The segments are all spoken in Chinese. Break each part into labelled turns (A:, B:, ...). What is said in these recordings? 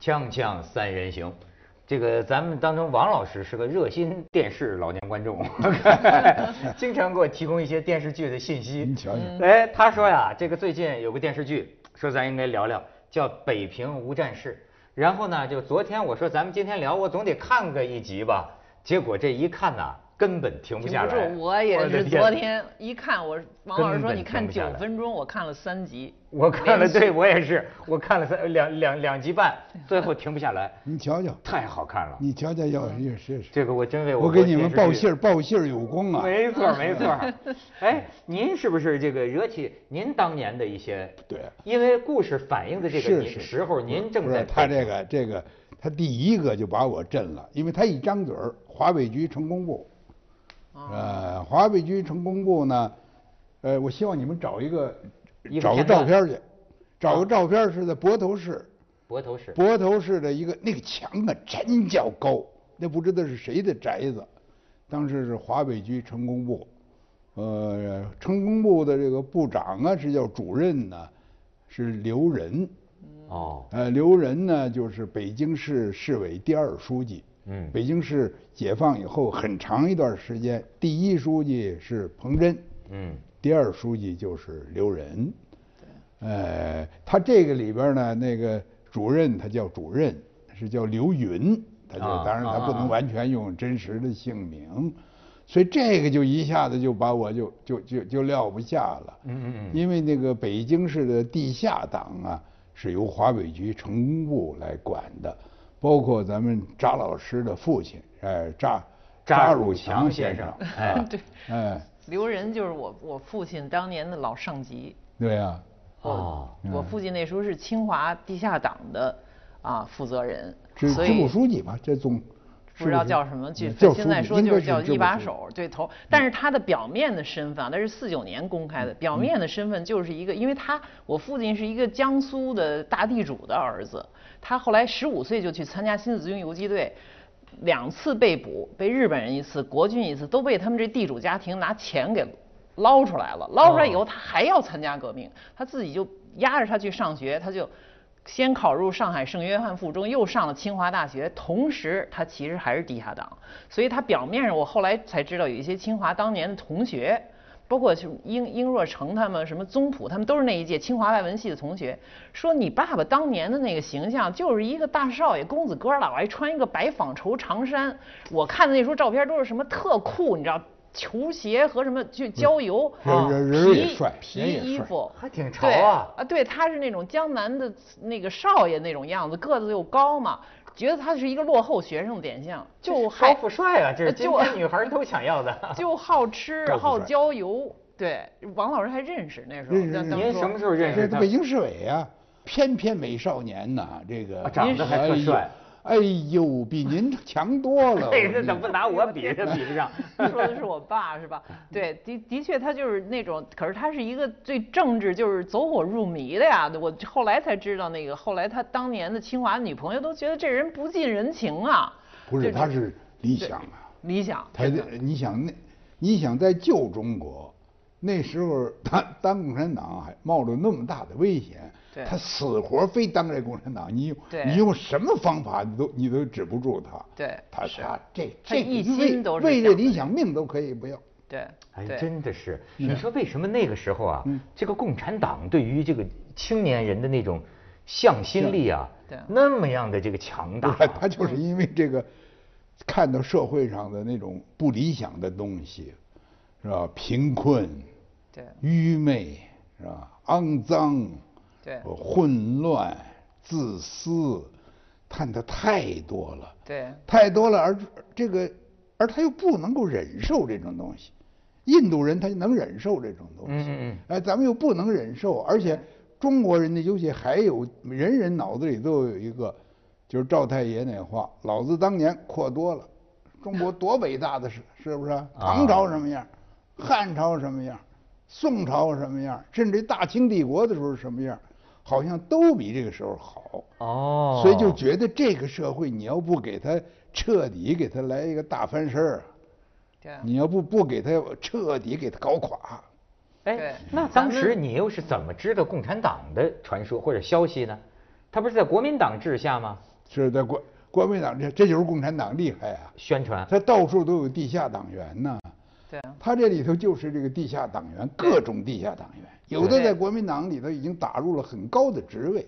A: 锵锵三人行，这个咱们当中王老师是个热心电视老年观众， 经常给我提供一些电视剧的信息。
B: 你瞧瞧嗯
A: 哎，他说呀，这个最近有个电视剧，说咱应该聊聊，叫《北平无战事》。然后呢，就昨天我说咱们今天聊，我总得看个一集吧。结果这一看呐，根本停不
C: 停
A: 下
C: 不
A: 来。
C: 住，我也
A: 的
C: 是昨
A: 天
C: 天一看，我王老师
A: 根
C: 说
A: 本
C: 你
A: 停
C: 看
A: 不
C: 九
A: 下来
C: 分钟，我看了三集，
A: 我看了，
C: 连续，
A: 对我也是，我看了三两两两集半，最后停不下来，
B: 你瞧瞧，
A: 太好看了。
B: 你瞧瞧，要是是是，
A: 这个我真为嗯
B: 我
A: 我
B: 给你们报信
A: 儿。
B: 儿，报信儿有功啊。
A: 没错儿，没错儿。哎，您是不是这个惹起您当年的一些？
B: 对
A: 因为故事反映的这个
B: 是
A: 您
B: 是
A: 时候，您正
B: 不是
A: 在
B: 他
A: 北
B: 这个这个，他第一个就把我震了，因为他一张嘴儿，华北局成功部，呃，华北局成功部呢，呃，我希望你们找一个
A: 一个
B: 找个
A: 片段啊
B: 照片儿去，找个照片儿是在博头市，
A: 博头市。
B: 博头市的一个那个墙啊，真叫高，那不知道是谁的宅子。当时是华北局城工部，呃，城工部的这个部长啊是叫主任呢、是刘仁，
A: 哦，
B: 呃，刘仁呢就是北京市市委第二书记，
A: 嗯
B: 北京市解放以后很长一段时间，第一书记是彭真，
A: 嗯，
B: 第二书记就是刘仁。呃，他这个里边呢，那个主任他叫主任，是叫刘云，他就、
A: 啊
B: 当然他
A: 啊
B: 不能完全用真实的姓名，所以这个就一下子就把我就就就就撂不下了。
A: 嗯嗯嗯
B: 因为那个北京市的地下党啊，是由华北局城工部来管的，包括咱们查老师的父亲，哎，查
A: 查汝
B: 汝
A: 强
B: 强
A: 先
B: 生
A: 生，
B: 啊
C: 对，
B: 哎，
C: 刘仁就是我我父亲当年的老上级，
B: 对呀、啊。
A: 哦，
C: 我父亲那时候是清华地下党的啊负责人，
B: 支
C: 所
B: 支部
C: 以
B: 书记吧，这总
C: 不知道叫什么，就
B: 嗯叫
C: 现在
B: 书记
C: 说
B: 应
C: 就
B: 该
C: 是叫
B: 支
C: 一
B: 部
C: 把
B: 书记
C: 手，对头。但是他的表面的身份啊，那是四九年公开的，表面的身份就是一个，因为他我父亲是一个江苏的大地主的儿子，他后来十五岁就去参加新四军游击队。两次被捕，被日本人一次，国军一次，都被他们这地主家庭拿钱给捞出来了。捞出来以后，
A: 哦
C: 他还要参加革命，他自己就压着他去上学，他就先考入上海圣约翰附中，又上了清华大学，同时他其实还是地下党，所以他表面上我后来才知道，有一些清华当年的同学，包括是英英若诚他们、什么宗普他们都是那一届清华外文系的同学，说你爸爸当年的那个形象就是一个大少爷公子哥儿了，我还穿一个白纺绸长衫，我看的那时候照片都是什么特酷，你知道。球鞋和什么去郊游，
B: 人
C: 啊
B: 人人也
C: 皮
B: 帅
C: 皮
B: 人也
C: 衣
B: 帅
C: 服
A: 还挺潮
C: 对
A: 啊
C: 啊，对，他是那种江南的那个少爷那种样子，个子又高嘛，觉得他是一个落后学生的典型，就
A: 高
C: 还呃
A: 富帅啊，这是今
C: 就
A: 天女孩儿都想要 的。
C: 就好吃
B: 高富
C: 好
B: 帅
C: 郊游。对，王老师还认识那时候，
B: 认识
C: 那
B: 认
C: 当
B: 识
A: 您
C: 初
A: 什么时候认识
B: 这
A: 他？
B: 个北京市委啊，翩翩美少年呐、这个、
A: 啊长得还特
B: 哎呦
A: 帅。哎
B: 哎呦，比您强 多 了。
A: 这怎么拿我比，这比不上。
C: 说的是我爸是吧？对，的的确他就是那种，可是他是一个最政治就是走火入迷的呀。我后来才知道那个，后来他当年的清华女朋友都觉得这人不近人情啊。
B: 不是，
C: 就
B: 他是理想啊。
C: 理想，
B: 他的你想那，你想在旧中国，那时候他当共产党还冒着那么大的危险
C: 对，
B: 他死活非当这共产党，你用
C: 对
B: 你用什么方法你都你都止不住他。
C: 对
B: 他
C: 是啊
B: 他这
C: 他
B: 这
C: 一
B: 个
C: 心
B: 为
C: 都是
B: 为
C: 想
B: 这
C: 的
B: 理想命都可以不要。
C: 对，
A: 哎，
C: 对。
A: 真的是，你说为什么那个时候啊
B: 嗯，
A: 这个共产党对于这个青年人的那种向心力啊
C: 对，
A: 那么样的这个强大啊？
B: 他他
C: 嗯
B: 就是因为这个，看到社会上的那种不理想的东西，是吧？贫困、
C: 对
B: 愚昧，是吧？肮脏，
C: 对
A: 哦
B: 呃混乱、自私，看的太多了，
C: 对
B: 太多了。而这个，而他又不能够忍受这种东西。印度人他能忍受这种东
A: 嗯
B: 西，
A: 嗯嗯
B: 哎，咱们又不能忍受，而且中国人呢，尤其还有人人脑子里都有一个，就是赵太爷那话：“老子当年阔多了，中国多伟大的事，是不是？
A: 啊
B: 唐朝什么样，汉朝什么样，宋朝什么样，甚至大清帝国的时候什么样，好像都比这个时候好。”
A: 哦，
B: 所以就觉得这个社会，你要不给他彻底给他来一个大翻身儿，啊
C: 对。
B: 你要不不给他彻底给他搞垮，
A: 哎
C: 对，
A: 那
C: 咱
A: 当
C: 们
A: 时你又是怎么知道共产党的传说或者消息呢？他不是在国民党治下吗？
B: 是在国国民党这这就是共产党厉害啊，
A: 宣传
B: 他到处都有地下党员呢。
C: 对啊，
B: 他这里头就是这个地下党员，各种地下党员，有的
C: 对
B: 在国民党里头已经打入了很高的职位，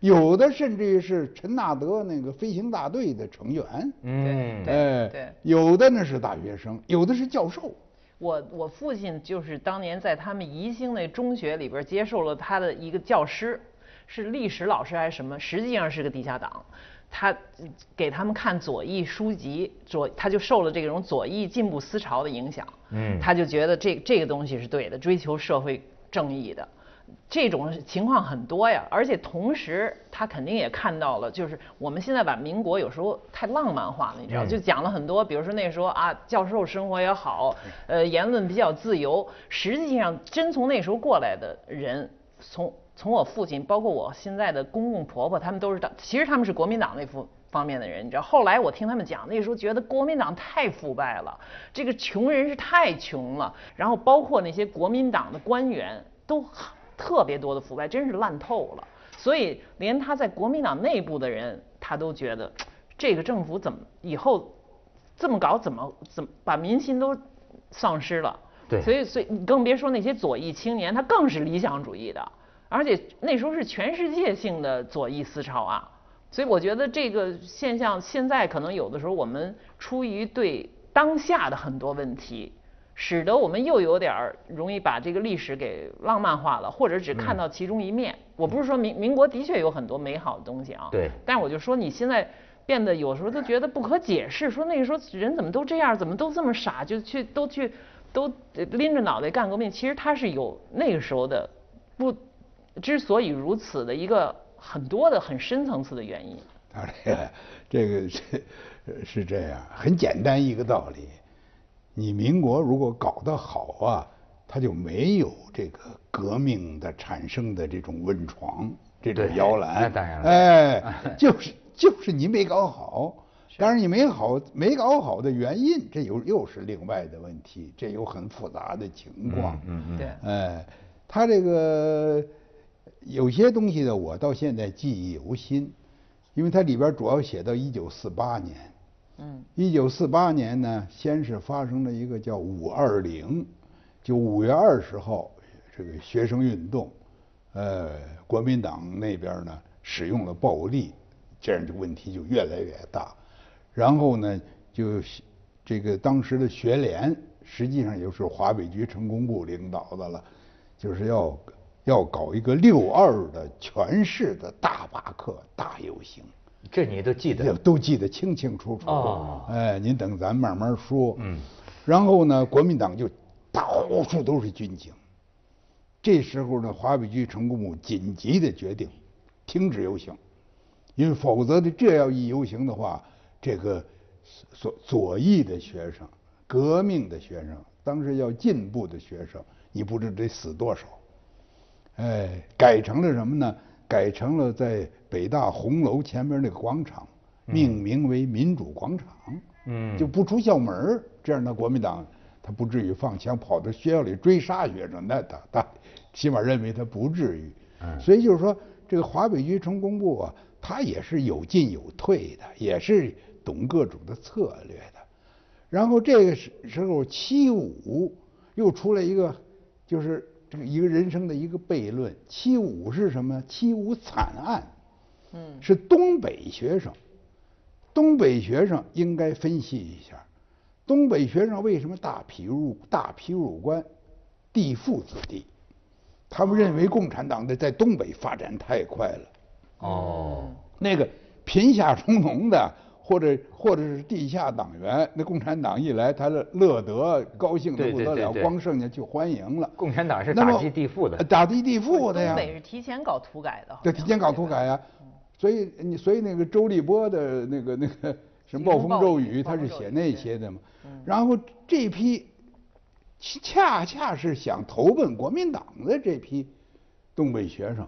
B: 有的甚至于是陈纳德那个飞行大队的成员，
A: 嗯，
C: 对
B: 哎，
C: 对
B: 有的呢是大学生，有的是教授，
C: 我我父亲就是当年在他们宜兴那中学里边接受了他的一个教师，是历史老师还是什么，实际上是个地下党。他给他们看左翼书籍，左他就受了这种左翼进步思潮的影响，
A: 嗯
C: 他就觉得这这个东西是对的，追求社会正义的。这种情况很多呀，而且同时他肯定也看到了，就是我们现在把民国有时候太浪漫化了，你知道，
A: 嗯
C: 就讲了很多，比如说那时候啊，教授生活也好，呃，言论比较自由。实际上，真从那时候过来的人，从从我父亲，包括我现在的公公婆婆，他们都是党，其实他们是国民党那副。方面的人，你知道，后来我听他们讲，那时候觉得国民党太腐败了，这个穷人是太穷了，然后包括那些国民党的官员都特别多的腐败，真是烂透了。所以连他在国民党内部的人，他都觉得这个政府怎么以后这么搞，怎么怎么把民心都丧失了。
A: 对
C: 所以所以你更别说那些左翼青年，他更是理想主义的，而且那时候是全世界性的左翼思潮啊。所以我觉得这个现象现在可能有的时候我们出于对当下的很多问题，使得我们又有点儿容易把这个历史给浪漫化了，或者只
A: 嗯
C: 看到其中一面。我不是说民民国的确有很多美好的东西啊，
A: 对
C: 但我就说你现在变得有时候都觉得不可解释，说那个时候人怎么都这样，怎么都这么傻，就去都去都呃拎着脑袋干革命。其实他是有那个时候的不，之所以如此的一个很多的很深层次的原因。
B: 他这个 这个是呃是这样，很简单一个道理。你民国如果搞得好啊，它就没有这个革命的产生的这种温床，这种
A: 对
B: 摇篮。
A: 那当然了
B: 哎，就是就是你没搞好。当然，你没好没搞好的原因，这又又是另外的问题，这有很复杂的情况。
A: 嗯嗯
C: 对，
B: 哎，他这个有些东西呢，我到现在记忆犹新，因为它里边主要写到一九四八年。
C: 嗯，
B: 一九四八年呢，先是发生了一个叫“五二零”，就五月二十号这个学生运动，呃，国民党那边呢使用了暴力，这样的问题就越来越大。然后呢，就这个当时的学联，实际上也就是华北局成工部领导的了，就是要要搞一个六二的全市的大罢课、大游行。
A: 这你都记
B: 这
A: 得，
B: 都记得清清楚楚。
A: 哦
B: 哎，您等咱慢慢说。
A: 嗯，
B: 然后呢，国民党就到处都是军警。这时候呢，华北局城公部紧急的决定停止游行，因为否则的这要一游行的话，这个左左翼的学生、革命的学生，当时要进步的学生，你不知得死多少。哎，改成了什么呢？改成了在北大红楼前面那个广场，命名为民主广场。
A: 嗯
B: 就不出校门儿这样的国民党他不至于放枪跑到学校里追杀学生，那他他起码认为他不至于。
A: 嗯
B: 所以就是说，这个华北局城工部啊，他也是有进有退的，也是懂各种的策略的。然后这个时时候七五又出来一个，就是这个一个人生的一个悖论。七五是什么？七五惨案，
C: 嗯
B: 是东北学生，东北学生应该分析一下，东北学生为什么大批入大批入关，地富子弟，他们认为共产党的在东北发展太快了。
A: 哦，
B: 那个贫下中农的，或者或者是地下党员，那共产党一来，他乐乐得高兴的
A: 对
B: 不
A: 对
B: 得
A: 对
B: 了，
A: 对
B: 光剩下去欢迎了。
A: 共产党是
B: 那么
A: 打击地富的
B: 呃打击地富的
C: 东
B: 呀，
C: 北是提前搞土改的，好
B: 对，
C: 像
B: 提前搞土改呀。啊所以你所以那个周立波的那个那个什么暴风骤雨，嗯他是写那些的嘛。然后这批其恰恰是想投奔国民党的这批东北学生，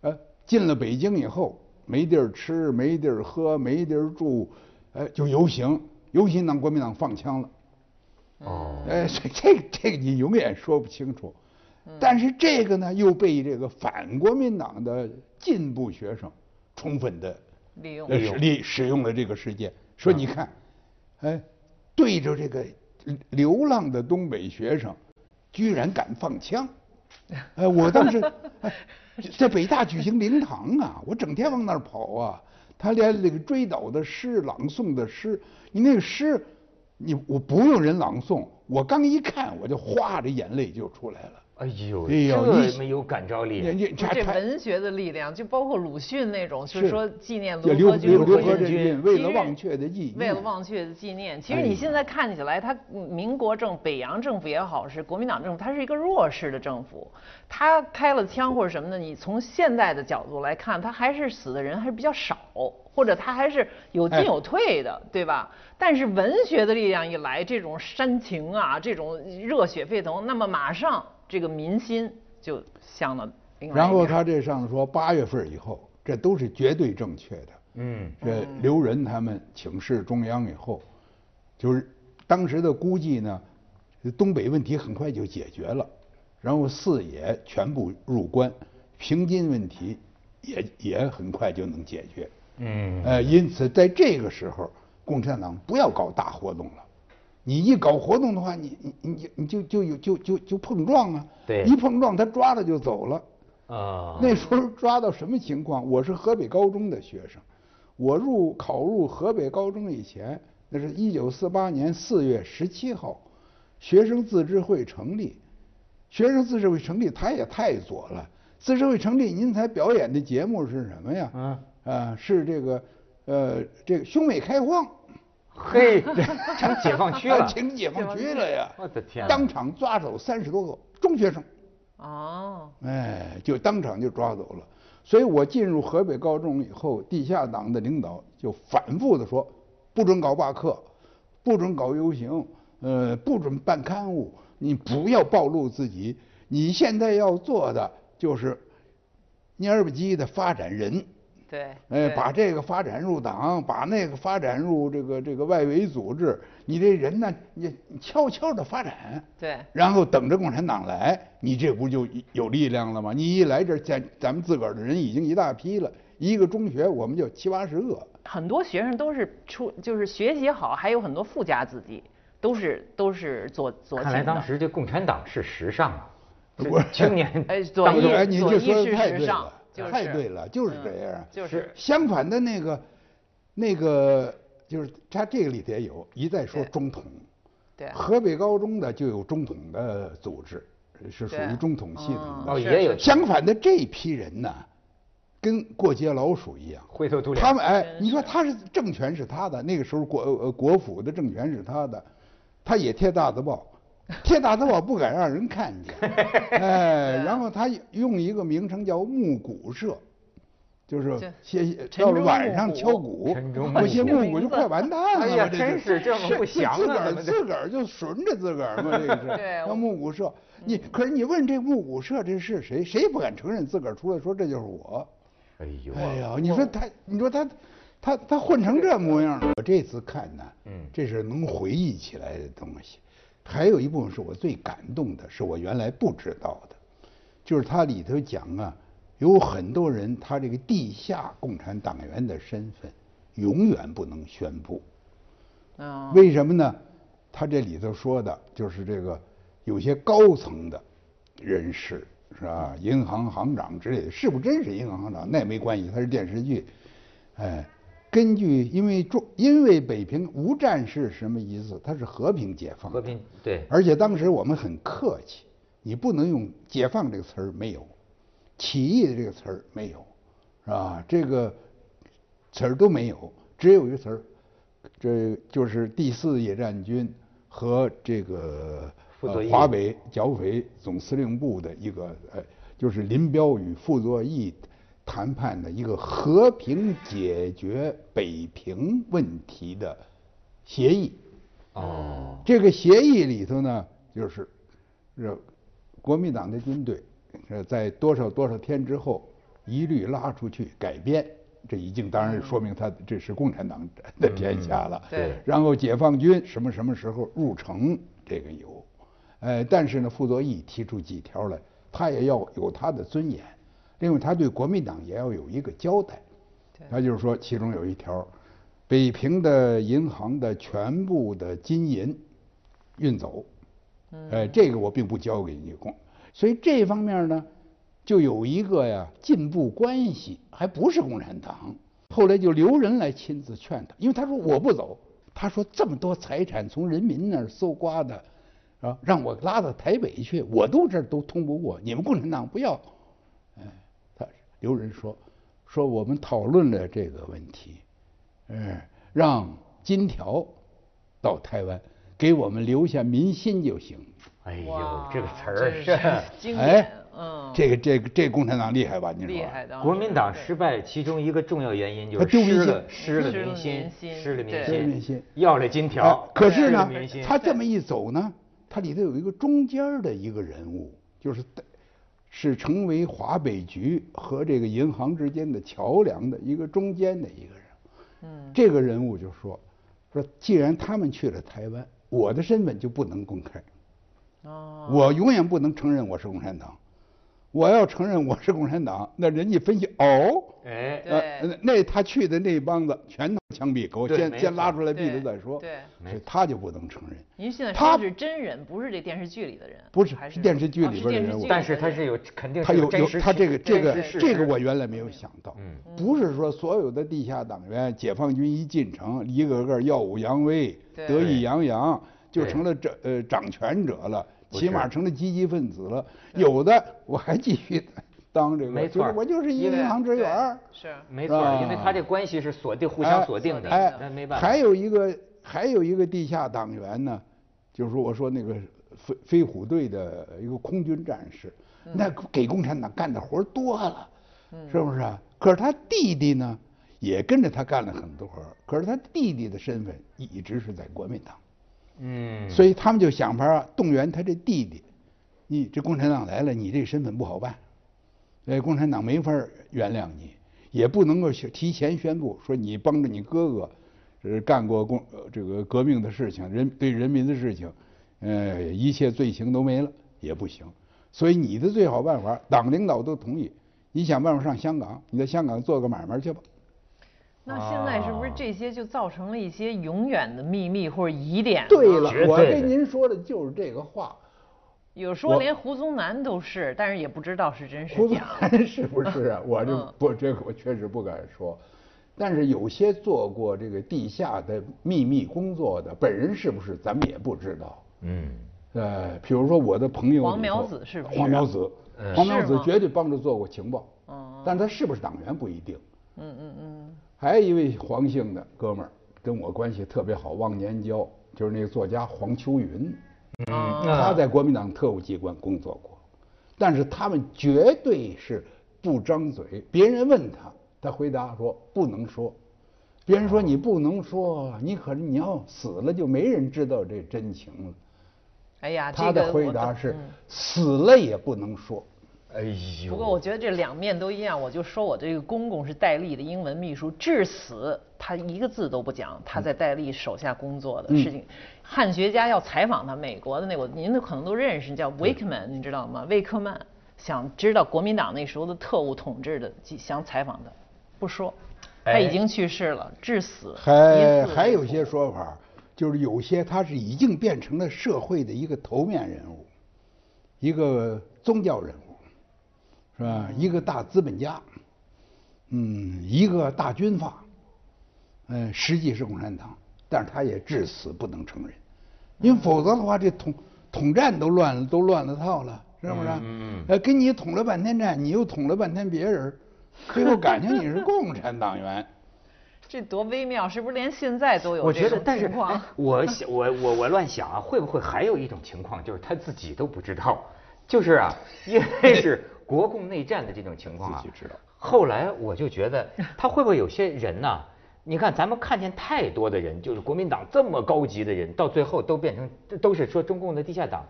B: 呃，进了北京以后没地儿吃，没地儿喝，没地儿住，呃，就游行，游行让国民党放枪了。
C: 嗯
A: 哦，
B: 呃，这这个这个你永远说不清楚。
C: 嗯
B: 但是这个呢，又被这个反国民党的进步学生充分的
C: 利用
B: 呃使利使用了这个事件，说你
C: 啊
B: 看，哎，对着这个流浪的东北学生，居然敢放 枪，哎，我当时、哎在北大举行灵堂啊，我整天往那儿跑啊，他连那个追悼的诗、朗诵的诗，你那个诗，你我不用人朗诵，我刚一看我就哗着眼泪就出来了。
A: 哎呦，
B: 哎呦
A: 这
B: 你
A: 没有感召
B: 你
A: 力，
B: 你
C: 就
B: 这
C: 哎这
B: 还
C: 文学的力量，就包括鲁迅那种，就是是说纪念
B: 就
C: 卢
B: 刘
C: 和
B: 刘
C: 军、
B: 刘
A: 和
C: 和
A: 军
C: 军，
B: 为
C: 其
B: 了
C: 实
B: 忘却的纪
C: 为了
B: 念
C: 忘却的纪念。其
B: 哎
C: 实
B: 呀
C: 你现在看起来，他民国政府、北洋政府也好，是国民党政府，它是一个弱势的政府，他开了枪或者什么的，你从现在的角度来看，他还是死的人还是比较少。或者他还是有进
B: 哎
C: 有退的，对吧？但是文学的力量一来，这种煽情啊，这种热血沸腾，那么马上这个民心就向了另外一
B: 然后
C: 面
B: 他这上说八月份以后，这都是绝对正确的。
A: 嗯，
B: 这刘仁他们请示中央以后，就是当时的估计呢，东北问题很快就解决了，然后四野全部入关，平津问题也也很快就能解决。
A: 嗯
B: 呃，因此在这个时候，共产党不要搞大活动了。你一搞活动的话，你你你你就就有就就就碰撞啊！
A: 对
B: 一碰撞他抓了就走了。
A: 啊，
B: 那时候抓到什么情况？我是河北高中的学生，我入考入河北高中以前，那是一九四八年四月十七号，学生自治会成立。学生自治会成立，他也太左了。自治会成立，您才表演的节目是什么呀？
A: 嗯
B: 啊，是这个，呃，这个兄妹开荒，，
A: 嘿，成解放区了
B: 请解放军了呀！
A: 我的天哪
B: 当场抓走三十多个中学生。
C: 哦，
B: 哎，就当场就抓走了。所以我进入河北高中以后，地下党的领导就反复的说，不准搞罢课，不准搞游行，呃，不准办刊物，你不要暴露自己。你现在要做的就是蔫不唧的发展人，
C: 对，
B: 哎，
C: 对
B: 把这个发展入党，把那个发展入这个这个外围组织，你这人呢，你你悄悄的发展。
C: 对
B: 然后等着共产党来，你这不就有力量了吗？你一来这儿，咱咱们自个儿的人已经一大批了，一个中学我们就七八十个。
C: 很多学生都是出就是学习好，还有很多附加自己，都是都是左左倾
A: 看
C: 的。
A: 来当时这共产党是时尚啊，
B: 我
A: 这青年
C: 哎，左
A: 当
C: 翼
A: 中
B: 哎你
C: 左
B: 这
C: 翼
B: 说得
C: 是
B: 太
C: 时
B: 对
C: 尚
B: 了，
C: 就是
B: 太对了就是这样
C: 嗯就是
B: 相反的那个，那个就是他这个里头也有一再说
C: 对
B: 中统，
C: 对
B: 河北高中的就有中统的组织，是属于
C: 对
B: 中统系统
C: 嗯
B: 的。啊
A: 哦
C: 是
A: 也有
C: 是
B: 相反的这一批人呢，跟过街老鼠一样，
A: 灰头土脸，
B: 他们哎，
C: 真
B: 你说
C: 是
B: 他是政权是他的，那个时候国呃国府的政权是他的，他也贴大字报， 贴大字报不敢让人看 见，哎，然后他用一个名称叫木鼓社，就是
C: 这
B: 歇歇
C: 晨
B: 到了
C: 钟
B: 晚
C: 暮
B: 上
C: 鼓
B: 敲鼓
A: 晨钟，暮
B: 我歇
A: 鼓
B: 木鼓就快完蛋了，
A: 哎呀
B: 我这
A: 真是这么不祥啊
B: 自个儿
A: 咱们这
B: 自个儿就顺着自个儿嘛，这 个
C: 对
B: 是叫
C: 我嗯
B: 木鼓社。你可是你问这木鼓社这是谁，谁也不敢承认自个儿出来说这就是我。
A: 哎呦，
B: 哎呀，你说他，你说他，他他混成这模样了。我这次看呢，
A: 嗯
B: 这是能回忆起来的东西。还有一部分是我最感动的，是我原来不知道的，就是它里头讲啊，有很多人他这个地下共产党员的身份永远不能宣布。
C: 嗯，
B: 为什么呢？他这里头说的就是这个有些高层的人士是吧？银行行长之类的，是不是真是银行行长那没关系，他是电视剧。哎，根据因为中因为北平无战事什么意思？它是和平解放，
A: 和平对，
B: 而且当时我们很客气，你不能用“解放”这个词儿没有，“起义”这个词儿没有，是吧？这个词儿都没有，只有一个词儿，这就是第四野战军和这个、呃
A: 傅作义
B: 华北剿匪总司令部的一个呃，就是林彪与傅作义谈判的一个和平解决北平问题的协议。
C: 嗯
A: 哦，
B: 这个协议里头呢，就是，这国民党的军队呃在多少多少天之后一律拉出去改编，这已经当然说明他这是共产党的天下了。
C: 嗯对
B: 然后解放军什么什么时候入城，这个有，呃，但是呢，傅作义提出几条来，他也要有他的尊严，另外他对国民党也要有一个交代。
C: 对
B: 他就是说，其中有一条，北平的银行的全部的金银运走，
C: 嗯
B: 哎，这个我并不交给你供，所以这方面呢，就有一个呀进步关系，还不是共产党。后来就留人来亲自劝他，因为他说我不走，他说这么多财产从人民那儿搜刮的，啊，让我拉到台北去，我都这儿都通不过，你们共产党不要，哎，他刘仁说，说我们讨论了这个问题，嗯，让金条到台湾，给我们留下民心就行。
A: 哎呦
C: 哇，
A: 这个词儿
C: 真
A: 是
C: 经
B: 哎
C: 典，嗯，
B: 这个这个这共产党厉害吧？你说啊
C: 厉害 的。
A: 国民党失败其中一个重要原因就
B: 他
A: 是
B: 丢民
A: 失了失
B: 心
A: 了
C: 失了
A: 民心
C: 民，心
A: 失了
C: 对
B: 丢民
A: 民
B: 心
A: 心，要了金条
B: 哎，可
A: 失
B: 是
A: 了
B: 呢
A: 民心，
B: 他这么一走呢，他里头有一个中间儿的一个人物，就是带是成为华北局和这个银行之间的桥梁的一个中间的一个人。嗯，这个人物就说说，既然他们去了台湾，我的身份就不能公开。
C: 哦，
B: 我永远不能承认我是共产党。我要承认我是共产党，那人家分析哦，
A: 哎，
B: 呃
C: 对，
B: 那他去的那帮子全都枪毙狗，
A: 对
B: 先
A: 没
B: 先拉
A: 错
B: 出来毙了
C: 对
B: 再说，
C: 对
A: 没
B: 所以他就不能承认。
C: 您现在
B: 他
C: 说的是真人，不是这电视剧里的人，
B: 不是
C: 还
B: 电视剧
C: 哦
B: 里
C: 是
B: 边的人
C: 电视剧
B: 物
C: 里
A: 但是
C: 的
A: 他
C: 人
A: 是有肯定
B: 他
A: 是
B: 有
A: 真
B: 有
A: 实
B: 他这个这
A: 真实
B: 个
A: 事
B: 这个
A: 实
B: 我原来没有想到，
A: 嗯
B: 不是说所有的地下党员解放军一进城，一个个耀武扬威、
C: 对
B: 得意洋洋，就
A: 对
B: 成了掌呃掌权者了，
A: 不
B: 起码
A: 是
B: 成了积极分子了。有的我还继续当这个，
A: 没
B: 就是
A: 错儿
B: 我就是一
A: 因为
B: 银行职员儿，
C: 是
A: 没错儿，因为他这关系是锁定互相
B: 啊哎
A: 锁定的，
B: 哎，
A: 那没办法。
B: 还有一个还有一个地下党员呢，就是我说那个飞飞虎队的一个空军战士，
A: 嗯
B: 那给共产党干的活儿多了，是不是啊？可是他弟弟呢，也跟着他干了很多活儿，可是他弟弟的身份一直是在国民党，
A: 嗯，
B: 所以他们就想法儿动员他这弟弟，你这共产党来了，你这身份不好办，呃，共产党没法儿原谅你，也不能够宣提前宣布说你帮着你哥哥，呃，干过共呃这个革命的事情，人对人民的事情，呃，一切罪行都没了也不行，所以你的最好办法，党领导都同意，你想办法上香港，你在香港做个买卖去吧。
C: 那现在是不是
A: 啊
C: 这些就造成了一些永远的秘密或者疑点？
B: 对了
A: 绝，
B: 我
A: 对的
B: 跟您说的就是这个话。
C: 有说
B: 我
C: 连胡宗南都是，但是也不知道是真是
B: 胡子
C: 假。
B: 是不是啊？我这
C: 嗯
B: 不，这个我确实不敢说。但是有些做过这个地下的秘密工作的，本人是不是咱们也不知道。
A: 嗯，
B: 呃，比如说我的朋友里头
C: 黄苗子是不是啊
B: 黄苗子
A: 嗯，
B: 黄苗
C: 是
B: 子
C: 吗
B: 绝对帮着做过情报，
C: 嗯
B: 但他是不是党员不一定。
C: 嗯嗯嗯，
B: 还有一位黄姓的哥们儿跟我关系特别好，忘年交，就是那个作家黄秋云。
A: 嗯
C: 啊
B: 他在国民党特务机关工作过，但是他们绝对是不张嘴。别人问他，他回答说不能说。别人说你不能说，你可是你要死了就没人知道这真情了。
C: 哎呀，
B: 他
C: 这个
B: 的回
C: 我
B: 答
C: 懂
B: 是
C: 嗯
B: 死了也不能说。
A: 哎呦，
C: 不过我觉得这两面都一样，我就说我这个公公是戴笠的英文秘书，至死他一个字都不讲他在戴笠手下工作的事情。
A: 嗯
C: 汉学家要采访他，美国的那个您都可能都认识，叫 Wakeman，你知道吗？魏克曼想知道国民党那时候的特务统治的，想采访他，不说，他
A: 哎
C: 已经去世了，至死
B: 还
C: 一字
B: 还
C: 未
B: 有
C: 吐
B: 些说法，就是有些他是已经变成了社会的一个头面人物，一个宗教人物，是吧？
A: 嗯
B: 一个大资本家，嗯，一个大军阀，嗯、实际是共产党，但是他也至死不能承认，因为
A: 嗯
B: 否则的话，这统统战都乱了，都乱了套了，是不是？
A: 嗯嗯嗯
B: 呃，跟你捅了半天战，你又捅了半天别人，最后感情你是共产党员。
C: 这多微妙，是不是连现在都有
A: 我觉
C: 这
A: 得，
C: 种
A: 但是
C: 情况？
A: 哎我想，我我我乱想啊，会不会还有一种情况，就是他自己都不知道，就是啊，因为是国共内战的这种情况啊，
B: 自己知道。
A: 后来我就觉得，他会不会有些人呐？你看，咱们看见太多的人，就是国民党这么高级的人，到最后都变成都是说中共的地下党，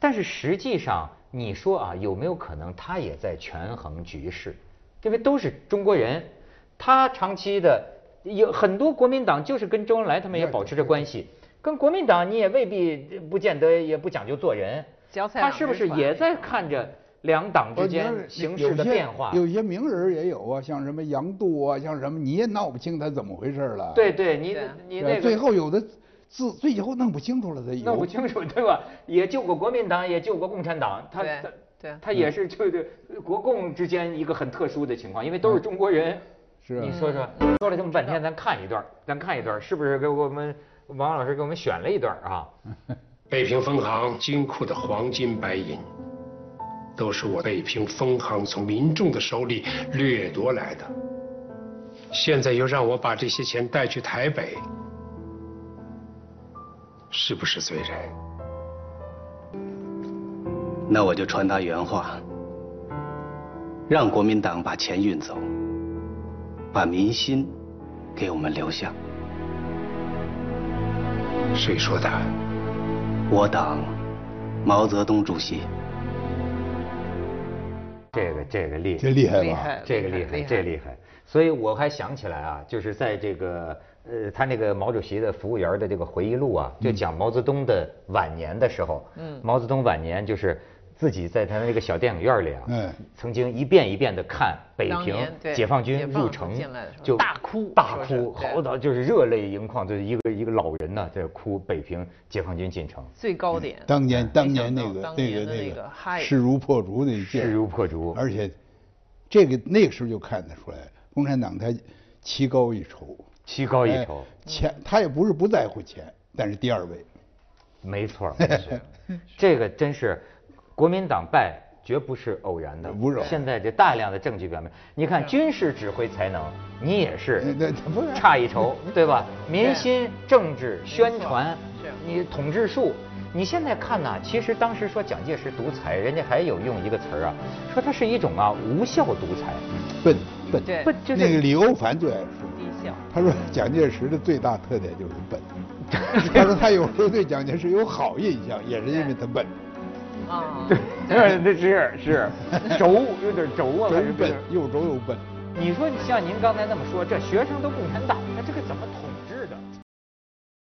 A: 但是实际上，你说啊，有没有可能他也在权衡局势？因为都是中国人，他长期的有很多国民党就是跟周恩来他们也保持着关系，跟国民党你也未必不见得也不讲究做人，
C: 脚踩
A: 他
C: 两
A: 是不
C: 只
A: 是
C: 船
A: 也
C: 那
A: 在
C: 种
A: 看着两党
B: 我
A: 之
B: 觉得
A: 间形势的变化。
B: 哦有些有些名人也有啊，像什么杨度啊，像什么你也闹不清他怎么回事了。
A: 对对，你
C: 对啊
A: 你
B: 对
A: 那
B: 最
A: 个
B: 后有的自最后弄不清楚了，他以
A: 弄
B: 后
A: 不清楚对吧？也救过国民党，也救过共产党，他
C: 对
A: 他
C: 对啊
A: 他也是就对国共之间一个很特殊的情况，因为都是中国人。
B: 嗯是啊
A: 你说说，
C: 嗯
A: 说了这么半天，咱看一段儿，咱看一段儿，是不是给我们王老师给我们选了一段儿啊？
D: 北平分行金库的黄金白银，都是我北平分行从民众的手里掠夺来的。现在又让我把这些钱带去台北，是不是罪人？
E: 那我就传达原话，让国民党把钱运走，把民心给我们留下。
D: 谁说的？
E: 我党毛泽东主席。
A: 这个这个哎厉害
B: 这，厉害吧？
C: 厉害，
A: 这个厉害，这厉害。所以我还想起来啊，就是在这个呃，他那个毛主席的服务员的这个回忆录啊，就讲毛泽东的晚年的时候，
C: 嗯
A: 毛泽东晚年就是自己在他那个小电影院里啊，
B: 哎
A: 曾经一遍一遍的看北
C: 当
A: 平
C: 年对
A: 解放军
C: 解
A: 入
C: 放
A: 城
C: 进来的时候
A: 就
C: 大哭
A: 大
C: 说是
A: 哭，
C: 对
A: 嚎啕就是热泪盈眶，就是一个一个老人呢、在哭北平解放军进城，
C: 最高点。
B: 当年当年
C: 没
B: 那
C: 想
B: 个
C: 到当
B: 那个
C: 年的那个
B: 个
C: 嗨
B: 势如破竹那劲
A: 势
B: 儿，
A: 如破竹。
B: 而且这个那个时候就看得出来，共产党他棋高一筹，
A: 棋高一
B: 哎
A: 筹，
B: 钱他也不是不在乎钱，但是第二位，
A: 没错儿，没错 儿这个真是国民党败绝不是偶然的，
B: 不是偶然
A: 现在这大量的证据表明，你
B: 啊
A: 看军事指挥才能，你也是
B: 呃那那不是啊
A: 差一 筹，对吧？民
C: 对
A: 心、政治、宣传
C: 是，
A: 你统治术。你现在看呐、其实当时说蒋介石独裁，人家还有用一个词儿啊，说它是一种啊无效独裁。
B: 笨笨，
C: 对
A: 不就是
B: 那个李欧凡最爱说，
C: 低效。
B: 他说
A: 嗯
B: 蒋介石的最大特点就是 笨，他说他有时候对蒋介石有好印象，也是因为他笨，
C: 啊，
B: 嗯
A: 那是是轴有点轴 啊，
B: 轴
A: 反正就是
B: 笨又轴又笨。
A: 你说你像您刚才那么说，这学生都共产党，那这个怎么